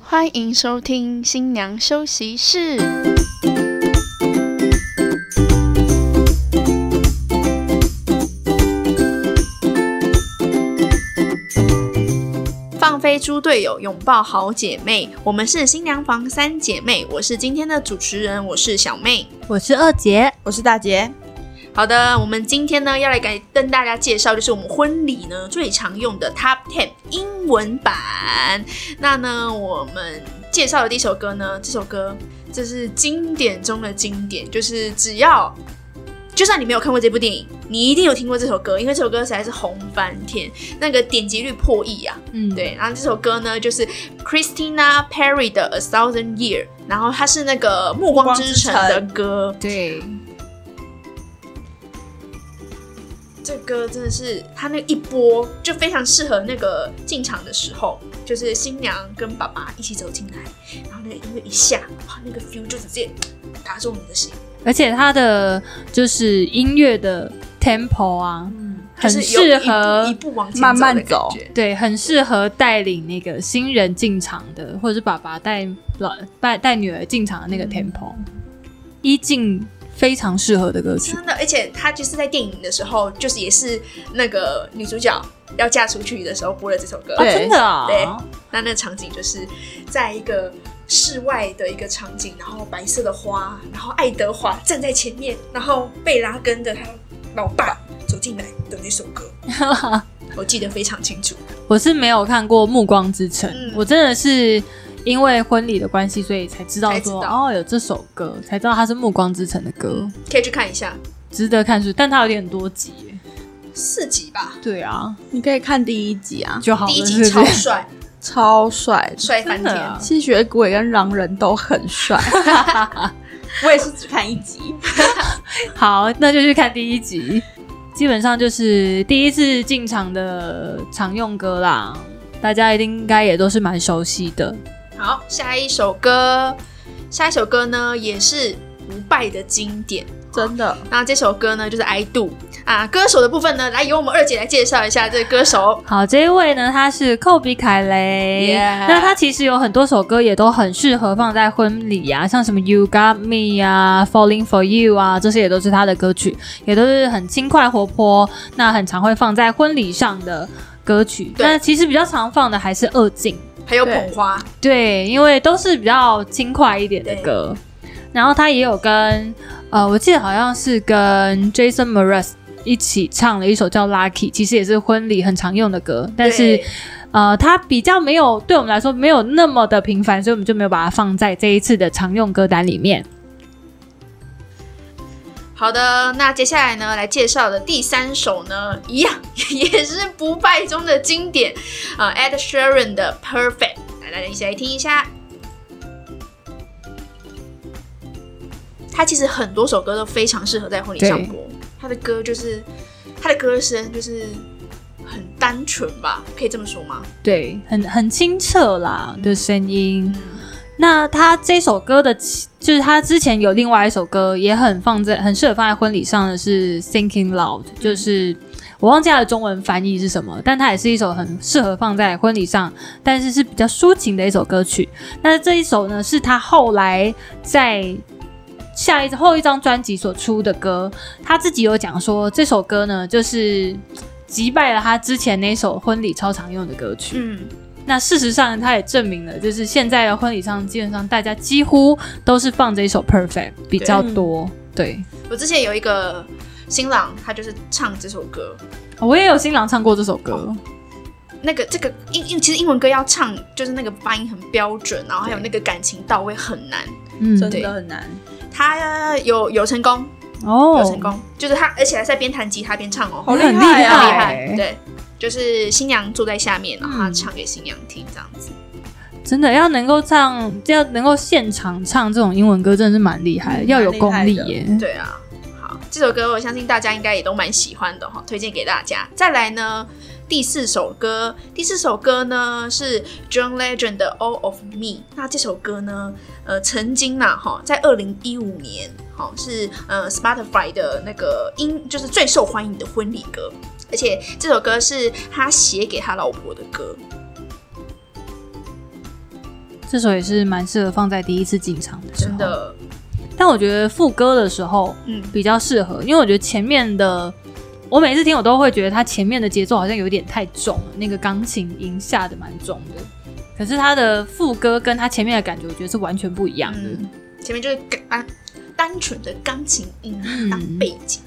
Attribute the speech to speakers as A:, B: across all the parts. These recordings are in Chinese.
A: 欢迎收听新娘休息室。
B: 放飞猪队友，拥抱好姐妹。我们是新娘房三姐妹，我是今天的主持人，我是小妹。
C: 我是二姐，
D: 我是大姐，
B: 好的，我们今天呢要来给跟大家介绍，就是我们婚礼呢最常用的 Top Ten 英文版。那呢，我们介绍的第一首歌呢，这首歌这是经典中的经典，就是只要就算你没有看过这部电影，你一定有听过这首歌，因为这首歌实在是红翻天，那个点击率破亿啊！
C: 嗯，
B: 对，然后这首歌呢就是 Christina Perry 的《A Thousand Year》，然后它是那个《暮光之城》的歌。
C: 对，
B: 这歌真的是它那一波就非常适合那个进场的时候，就是新娘跟爸爸一起走进来，然后那个音乐一下，哇，那个 feel 就直接打中你的心，
C: 而且它的就是音乐的 tempo 啊，
B: 就
C: 很
B: 是有
C: 适
B: 一
C: 合
B: 步一步往前
D: 慢慢
B: 的感
D: 走
B: 觉。
C: 对，很适合带领那个新人进场的，或者是爸爸带老带带女儿进场的那个
B: 嗯
C: tempo，、一进非常适合的歌曲。
B: 真的，而且他就是在电影的时候，就是也是那个女主角要嫁出去的时候播了这首歌。
C: 啊，
D: 对
C: 真的啊，
B: 嗯对那那场景就是在一个室外的一个场景，然后白色的花，然后爱德华站在前面，然后贝拉跟着他老爸走进来的那首 歌，我记得非常清楚。
C: 我是没有看过《暮光之城》
B: 嗯
C: 我真的是因为婚礼的关系，所以才知道
B: 才知
C: 说
B: 道
C: 哦有这首歌，才知道它是《暮光之城》的歌，
B: 可以去看一下
C: 值得看书，但它有点多集耶。
B: 四集吧，
C: 对啊，
D: 你可以看第一集啊，
C: 就好了，
B: 第一
C: 是不
B: 集
C: 是
B: 超 帅，
D: 超帅，
B: 帅翻
C: 真
B: 天。
C: 的啊
D: 吸血鬼跟狼人都很帅。 我也是只看一集，
C: 好，那就去看第一集。基本上就是第一次进场的常用歌啦，大家一定应该也都是蛮熟悉的。
B: 好，下一首歌，下一首歌呢也是不败的经典。
D: 真的。
B: 那这首歌呢就是《I Do》啊，歌手的部分呢，来由我们二姐来介绍一下这个歌手。
C: 好，这一位呢，他是寇比凯雷。
B: Yeah
C: 那他其实有很多首歌也都很适合放在婚礼啊，像什么《You Got Me》啊，《Falling for You》啊，这些也都是他的歌曲，也都是很轻快活泼，那很常会放在婚礼上的歌曲。
B: 对
C: 那其实比较常放的还是二进。
B: 还有
D: 对
B: 捧花，
C: 对，因为都是比较轻快一点的歌。然后他也有跟呃，我记得好像是跟 Jason Mraz 一起唱了一首叫《Lucky》，其实也是婚礼很常用的歌，但是
B: 对
C: 呃，它比较没有对我们来说没有那么的频繁，所以我们就没有把它放在这一次的常用歌单里面。
B: 好的，那接下来呢，来介绍的第三首呢，一样也是不败中的经典，呃，Ed Sheeran 的《Perfect》，来，大家一起来听一下。他其实很多首歌都非常适合在婚礼上
C: 对
B: 播，他的歌就是他的歌声就是很单纯吧，可以这么说吗？
C: 对，很很清澈啦的声音。那他这首歌的起，就是他之前有另外一首歌也很放在，很适合放在婚礼上的是《Thinking Loud》，就是我忘记它的中文翻译是什么，但它也是一首很适合放在婚礼上，但是是比较抒情的一首歌曲。那这一首呢，是他后来在下一后一张专辑所出的歌，他自己有讲说这首歌呢，就是击败了他之前那首婚礼超常用的歌曲。
B: 嗯，
C: 那事实上，它也证明了，就是现在的婚礼上，基本上大家几乎都是放这一首《Perfect》比较多。对，
B: 我之前有一个新郎，他就是唱这首歌，
C: 我也有新郎唱过这首歌，
B: 那个这个英英，其实英文歌要唱，就是那个发音很标准，然后还有那个感情到位很难。
C: 嗯，
D: 真
B: 对
D: 的很难，
B: 他有有成功，有成
C: 哦，
B: 功，就是他，而且还在边弹吉他边唱哦，
D: 好厉
C: 很厉
D: 害啊
B: 很
D: 厉
B: 厉害。
C: 害，
B: 对，就是新娘坐在下面，然后他
C: 嗯
B: 唱给新娘听，这样子。
C: 真的要能够唱，要能够现场唱这种英文歌，真的是蛮厉害的，
D: 嗯
C: 要有功力
D: 蛮厉
C: 耶。
B: 对啊，好，这首歌我相信大家应该也都蛮喜欢的哈、推荐给大家。再来呢，第四首歌，第四首歌呢是 John Legend 的《All of Me》。那这首歌呢，呃，曾经呐、哈、在二零一五年，哈、是呃 Spotify 的那个音，就是最受欢迎的婚礼歌。而且这首歌是他写给他老婆的歌，
C: 这首也是蛮适合放在第一次进场的时候。
B: 真，的，
C: 但我觉得副歌的时候
B: 嗯，
C: 比较适合，因为我觉得前面的，我每次听我都会觉得它前面的节奏好像有点太重了，那个钢琴音下的蛮重的。可是它的副歌跟它前面的感觉，我觉得是完全不一样的。
B: 嗯，前面就是钢单纯的钢琴音当背景，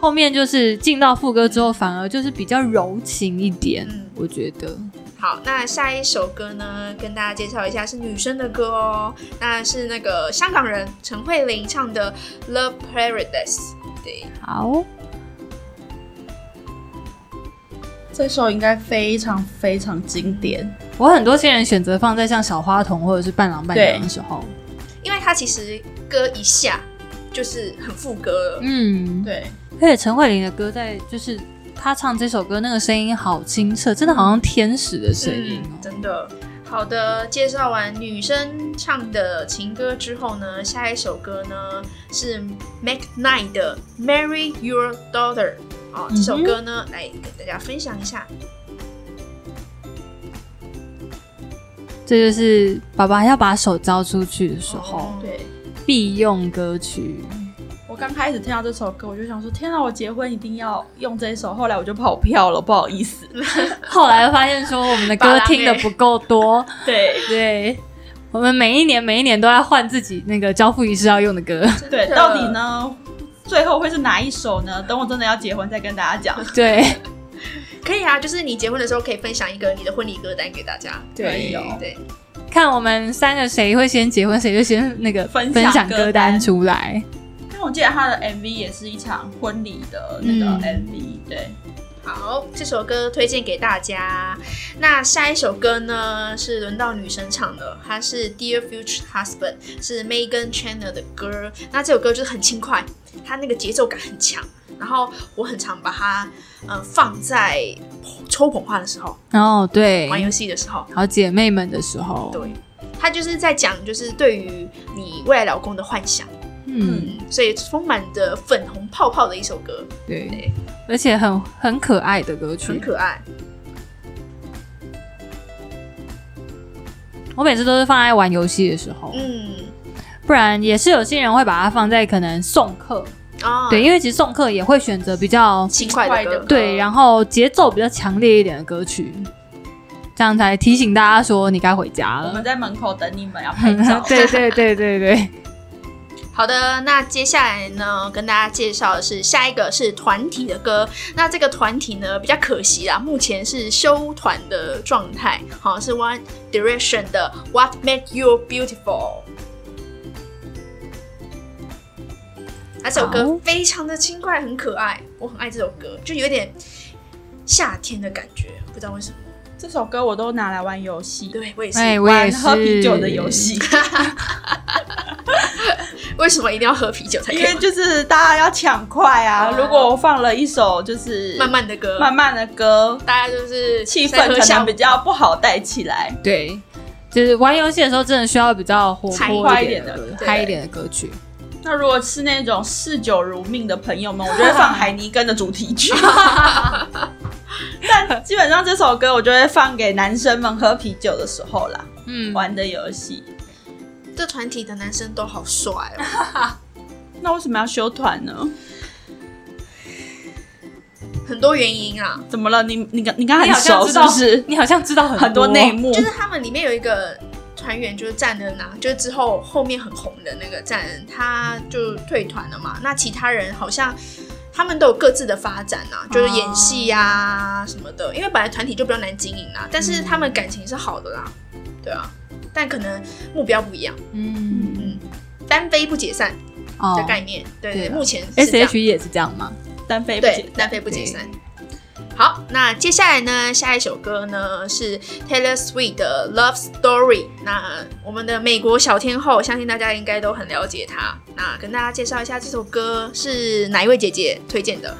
C: 后面就是进到副歌之后，反而就是比较柔情一点，
B: 嗯
C: 我觉得。
B: 好，那下一首歌呢，跟大家介绍一下是女生的歌哦，那是那个香港人陈慧琳唱的《Love Paradise》。对，
C: 好，
D: 这首应该非常非常经典。
C: 我很多新人选择放在像小花童或者是伴郎伴娘的时候，
B: 因为它其实歌一下就是很副歌了，
C: 嗯，
D: 对，
C: 而且陈慧琳的歌在就是她唱这首歌那个声音好清澈，真的好像天使的声音
B: 嗯
C: 哦。
B: 真的。好的，介绍完女生唱的情歌之后呢，下一首歌呢是 Mac Nine 的《Marry Your Daughter》哦，这首
C: 嗯哼
B: 歌呢、来跟大家分享一下。
C: 这就是爸爸要把手交出去的时候、
B: 哦
D: 对
C: 必用歌曲。
D: 我刚开始听到这首歌，我就想说，天啊，我结婚一定要用这一首。后来我就跑票了，不好意思。
C: 后来发现说我们的歌听的不够多，
D: 对
C: 对。我们每一年每一年都要换自己那个交付仪式要用的歌，
D: 对，
B: 真的
D: 到底呢？最后会是哪一首呢？等我真的要结婚再跟大家讲。
C: 对，
B: 可以啊，就是你结婚的时候可以分享一个你的婚礼歌单给大家。
D: 对
B: 可以哦
D: 有
B: 对，
C: 看我们三个谁会先结婚，谁就先那个
D: 分享
C: 分享
D: 歌
C: 歌
D: 单
C: 单出来。
D: 因为我记得他的 MV 也是一场婚礼的那个
C: 嗯
D: MV，、对，
B: 好，这首歌推荐给大家。那下一首歌呢，是轮到女生唱的，它是《Dear Future Husband》，是 Megan Trainor 的歌。那这首歌就是很轻快，它那个节奏感很强。然后我很常把它呃放在抽捧花的时候，
C: 哦，对，
B: 玩游戏的时候，
C: 好姐妹们的时候，
B: 对，它就是在讲就是对于你未来老公的幻想，
C: 嗯，
B: 嗯，所以充满着粉红泡泡的一首歌，
C: 对，而且很很可爱的歌
B: 很
C: 曲，
B: 可爱。
C: 我每次都是放在玩游戏的时候，
B: 嗯，
C: 不然也是有些人会把它放在可能送客，
B: 啊，呃
C: 对，，因为其实送客也会选择比较
B: 轻快的
D: 轻快的
B: 歌，
D: 歌
C: 对，然后节奏比较强烈一点的歌曲，这样才提醒大家说你该回家
D: 我
C: 了
D: 们。在门口等你们要拍 照。
C: 对对对对对，
B: 好的，那接下来呢，跟大家介绍的是下一个是团体的歌。那这个团体呢，比较可惜啦，目前是休团的状态，好、是 One Direction 的 What Made You Beautiful。那这首歌
C: 好
B: 非常的轻快，很可爱，我很爱这首歌，就有点夏天的感觉，不知道为什么。
D: 这首歌我都拿来玩游戏，
B: 对我也是，
C: 哎，我也
D: 玩
C: 是
D: 喝啤酒的游，戏，
B: 为什么一定要喝啤酒才可
D: 因为
B: 以
D: 就是大家要抢快啊。
B: 哦
D: 如果我放了一首就是
B: 慢慢的歌？
D: 慢慢的歌，
B: 大家就是
D: 气
B: 在
D: 氛
B: 喝
D: 可
B: 下
D: 能
B: 午
D: 比较不好带起来。
C: 对。就是玩游戏的时候，真的需要比较活泼
B: 嗨
C: 一
D: 一
C: 点
D: 点
C: 的
D: 的
C: 歌，
B: 对
C: 嗨一点的歌曲。
D: 那如果是那种嗜酒如命的朋友们，我就会 放海尼根的主题曲。 但基本上这首歌我就会放给男生们喝啤酒的时候啦，
C: 嗯，
D: 玩的游戏。
B: 这团体的男生都好帅哦。
D: 那为什么要休团呢？
B: 很多原因啊，
D: 怎么了？你你刚你刚
C: 你
D: 很
C: 好像
D: 熟
C: 知
D: 是
C: 道
D: 不是？
C: 你好像知道很
D: 很多内幕
B: 就，是他们里面有一个团员就是战恩啊，就是之后后面很红的那个战恩，他就退团了嘛。那其他人好像他们都有各自的发展啊，
D: 哦
B: 就是演戏呀、啊、什么的，因为本来团体就比较难经营啊啦，但是他们感情是好的啦，对啊，但可能目标不一样，
C: 嗯
B: 嗯，单飞不解散
C: 哦
B: 的概念，对对，
C: 对啊
B: 目前是
C: S
B: 这样。
C: H E 也是这样吗？
D: 单飞不
B: 对
D: 解，
B: 单飞不解散。好，那接下来呢，下一首歌呢是 Taylor Swift 的《Love Story》。那我们的美国小天后，相信大家应该都很了解她。那跟大家介绍一下这首歌是哪一位姐姐推荐的？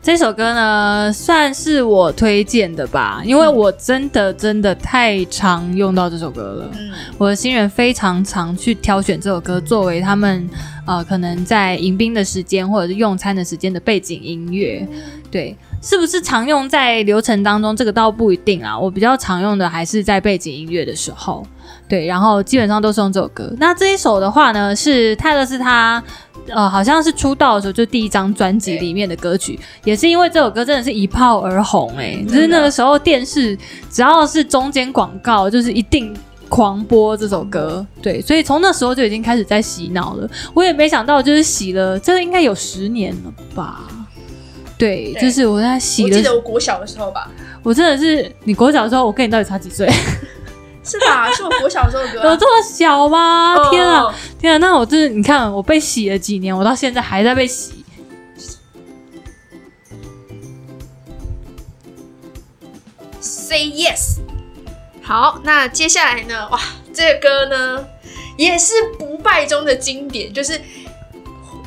C: 这首歌呢，算是我推荐的吧，因为我真的真的太常用到这首歌了。
B: 嗯，
C: 我的新人非常常去挑选这首歌作为他们呃可能在迎宾的时间或者是用餐的时间的背景音乐。对，是不是常用在流程当中？这个倒不一定啊。我比较常用的还是在背景音乐的时候，对，然后基本上都是用这首歌。那这一首的话呢，是泰勒是他呃，好像是出道的时候就第一张专辑里面的歌曲，也是因为这首歌真的是一炮而红哎、欸，就是那个时候电视只要是中间广告，就是一定。狂播这首歌，对，所以从那时候就已经开始在洗脑了。我也没想到，就是洗了，这应该有十年哦了吧？对，
B: 对
C: 就是我在洗
B: 我记
C: 的时
B: 得
C: 候，
B: 我国小的时候吧，
C: 我真的是你国小的时候，我跟你到底差几岁？
B: 是吧？是我国小的时候的歌
C: 有
B: 啊。
C: 这么小吗？天啊，
B: 哦！
C: 天啊！那我就是你看，我被洗了几年，我到现在还在被洗。
B: Say Yes。好，那接下来呢？哇，这个歌呢也是不败中的经典，就是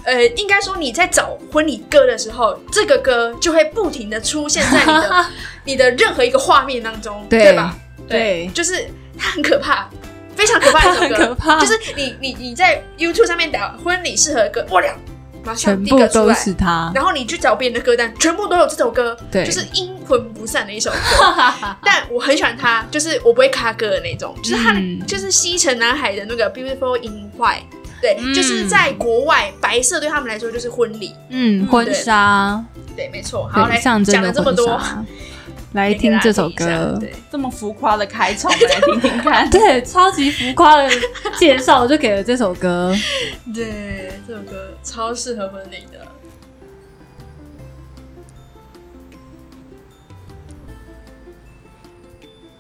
B: 呃，应该说你在找婚礼歌的时候，这个歌就会不停的出现在你 的你的任何一个画面当中，
C: 对
B: 吧？
C: 对
B: 就是它很可怕。非常可怕的一首歌，
C: 它很可怕
B: 就是你你你在 YouTube 上面打婚礼适合的歌，哇了，马上
C: 全
B: 第一
C: 部
B: 个出
C: 都
B: 来，
C: 是他，
B: 然后你去找别人的歌单，全部都有这首歌，
C: 对
B: 就是阴魂不散的一首歌。 但我很喜欢它，就是我不会卡歌的那种，就是它的、
C: 嗯
B: 就是西城男孩的那个 Beautiful in White，对，
C: 嗯
B: 就是在国外白色对他们来说就是婚礼，
C: 嗯，婚纱，
B: 对，没错。好，来
C: 对，象征
B: 讲了这
C: 的
B: 么
C: 婚
B: 多，
C: 纱，来
B: 也给
C: 听
B: 大家
C: 这首
B: 一下
C: 歌。。
B: 对，
D: 这么浮夸的开场，我们来听听 看
C: 对，超级浮夸的介绍就给了这首歌。
B: 对，这首歌超适合婚礼的。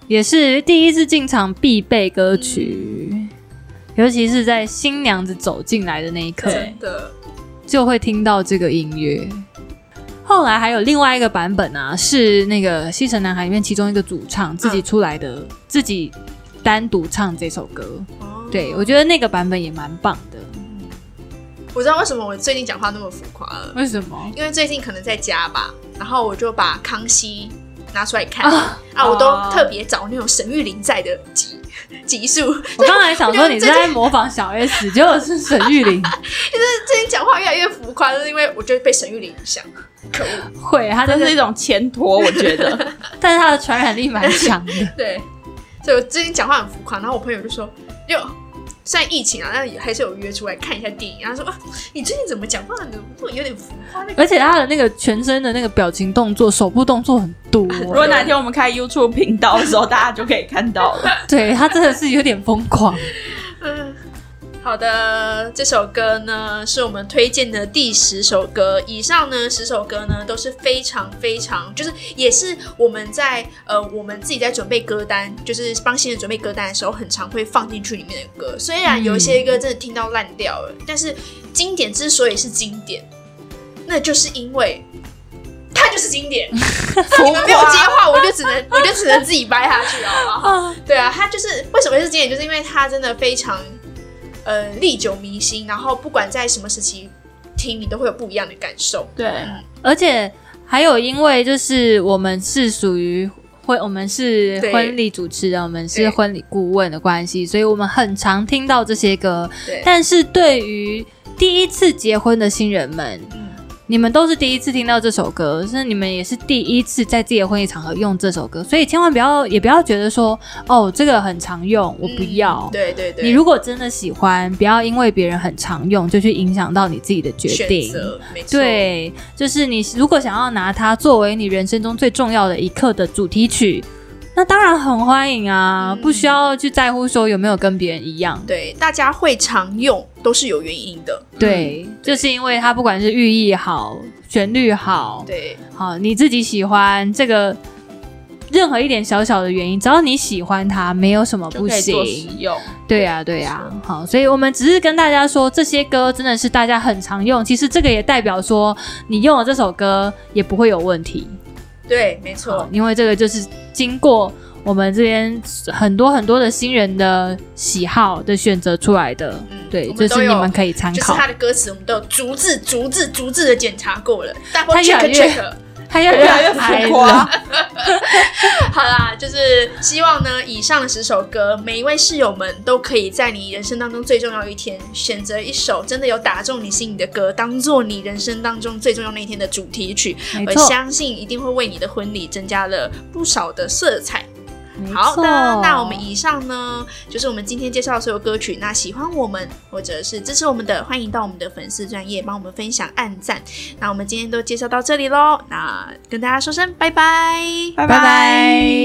C: 也是第一次进场必备歌
B: 嗯
C: 曲，尤其是在新娘子走进来的那一刻，
B: 真的，
C: 就会听到这个音乐。后来还有另外一个版本啊，是那个《西城男孩》里面其中一个主唱自己出来的，
D: 嗯
C: 自己单独唱这首歌。
B: 哦
C: 对，我觉得那个版本也蛮棒的。
B: 哦我知道为什么我最近讲话那么浮夸了，
C: 为什么？
B: 因为最近可能在家吧，然后我就把《康熙》拿出来看啊我都
C: 哦
B: 特别找那种沈玉琳在的集集数。
C: 我刚才想说你是
B: 我觉得
C: 在模仿小 S，结 果是沈玉琳。
B: 最近讲话越来越浮夸，就是因为我觉得被沈玉琳影响。可恶！
C: 会，他
D: 这
C: 真的
D: 是一种前托，我觉 得
C: 但是它的传染力蛮强的。
B: 对，所以我最近讲话很浮夸，然后我朋友就说：“哟，虽然疫情啊，但也还是有约出来看一下电影。”然后他说、啊：“你最近怎么讲话呢？我有点浮夸。”那个
C: 而且他的那个全身的那个表情动作、手部动作很多、
D: 如果
C: 欸，
D: 哪天我们开 YouTube 频道的时候，大家就可以看到了。
C: 对他真的是有点疯狂。
B: 嗯，好的，这首歌呢是我们推荐的第十首歌。以上呢十首歌呢都是非常非常，就是也是我们在呃我们自己在准备歌单，就是帮新人准备歌单的时候，很常会放进去里面的歌。虽然有一些歌真的听到烂掉了，但是经典之所以是经典，那就是因为。它就是经典， 那你们没有接话，我就只能我就只能自己掰下去，好不好？对啊，他就是为什么会是经典，就是因为他真的非常呃历久弥新，然后不管在什么时期听，你都会有不一样的感受。
D: 对，
C: 而且还有，因为就是我们是属于婚，我们是
B: 对
C: 婚礼主持人，我们
B: 对
C: 是婚礼顾问的关系，所以我们很常听到这些歌。
B: 对，
C: 但是对于第一次结婚的新人们，
B: 嗯
C: 你们都是第一次听到这首歌，是你们也是第一次在自己的婚礼场合用这首歌，所以千万不要也不要觉得说哦这个很常用，我不要。
B: 嗯对对对，
C: 你如果真的喜欢，不要因为别人很常用就去影响到你自己的决定
B: 选。择没错，
C: 对，就是你如果想要拿它作为你人生中最重要的一刻的主题曲，那当然很欢迎啊，
B: 嗯
C: 不需要去在乎说有没有跟别人一样。
B: 对，大家会常用都是有原因的。
C: 对，
D: 嗯
C: 就是因为它不管是寓意好、旋律好，
B: 对
C: 好你自己喜欢这个，任何一点小小的原因，只要你喜欢它，没有什么
D: 就
C: 不
D: 可以做使
C: 行。
D: 用。
C: 对呀、对呀、好，所以我们只是跟大家说，这些歌真的是大家很常用。其实这个也代表说，你用了这首歌也不会有问题，
B: 对，没
C: 好
B: 错，
C: 因为这个就是经过我们这边很多很多的新人的喜好的选择出来的。
B: 嗯
C: 对，
B: 我
C: 就
B: 们都
C: 是你
B: 有
C: 们可以参
B: 就是
C: 考。
B: 他的歌词我们都有逐字逐字逐字的检查过了，大家
C: 他越
B: check
C: 来越
B: check，
C: 还要
D: 越来越
C: 来
D: 浮夸。
B: 好啦，就是希望呢，以上的十首歌，每一位室友们都可以在你人生当中最重要的一天，选择一首真的有打中你心里的歌，当做你人生当中最重要那一天的主题曲。
C: 没
B: 我
C: 错，
B: 相信一定会为你的婚礼增加了不少的色彩。
C: 没
B: 好的
C: 错，
B: 那我们以上呢，就是我们今天介绍的所有歌曲。那喜欢我们或者是支持我们的，欢迎到我们的粉丝专业帮我们分享、按赞。那我们今天都介绍到这里喽，那跟大家说声拜拜。
D: 拜
C: 拜拜。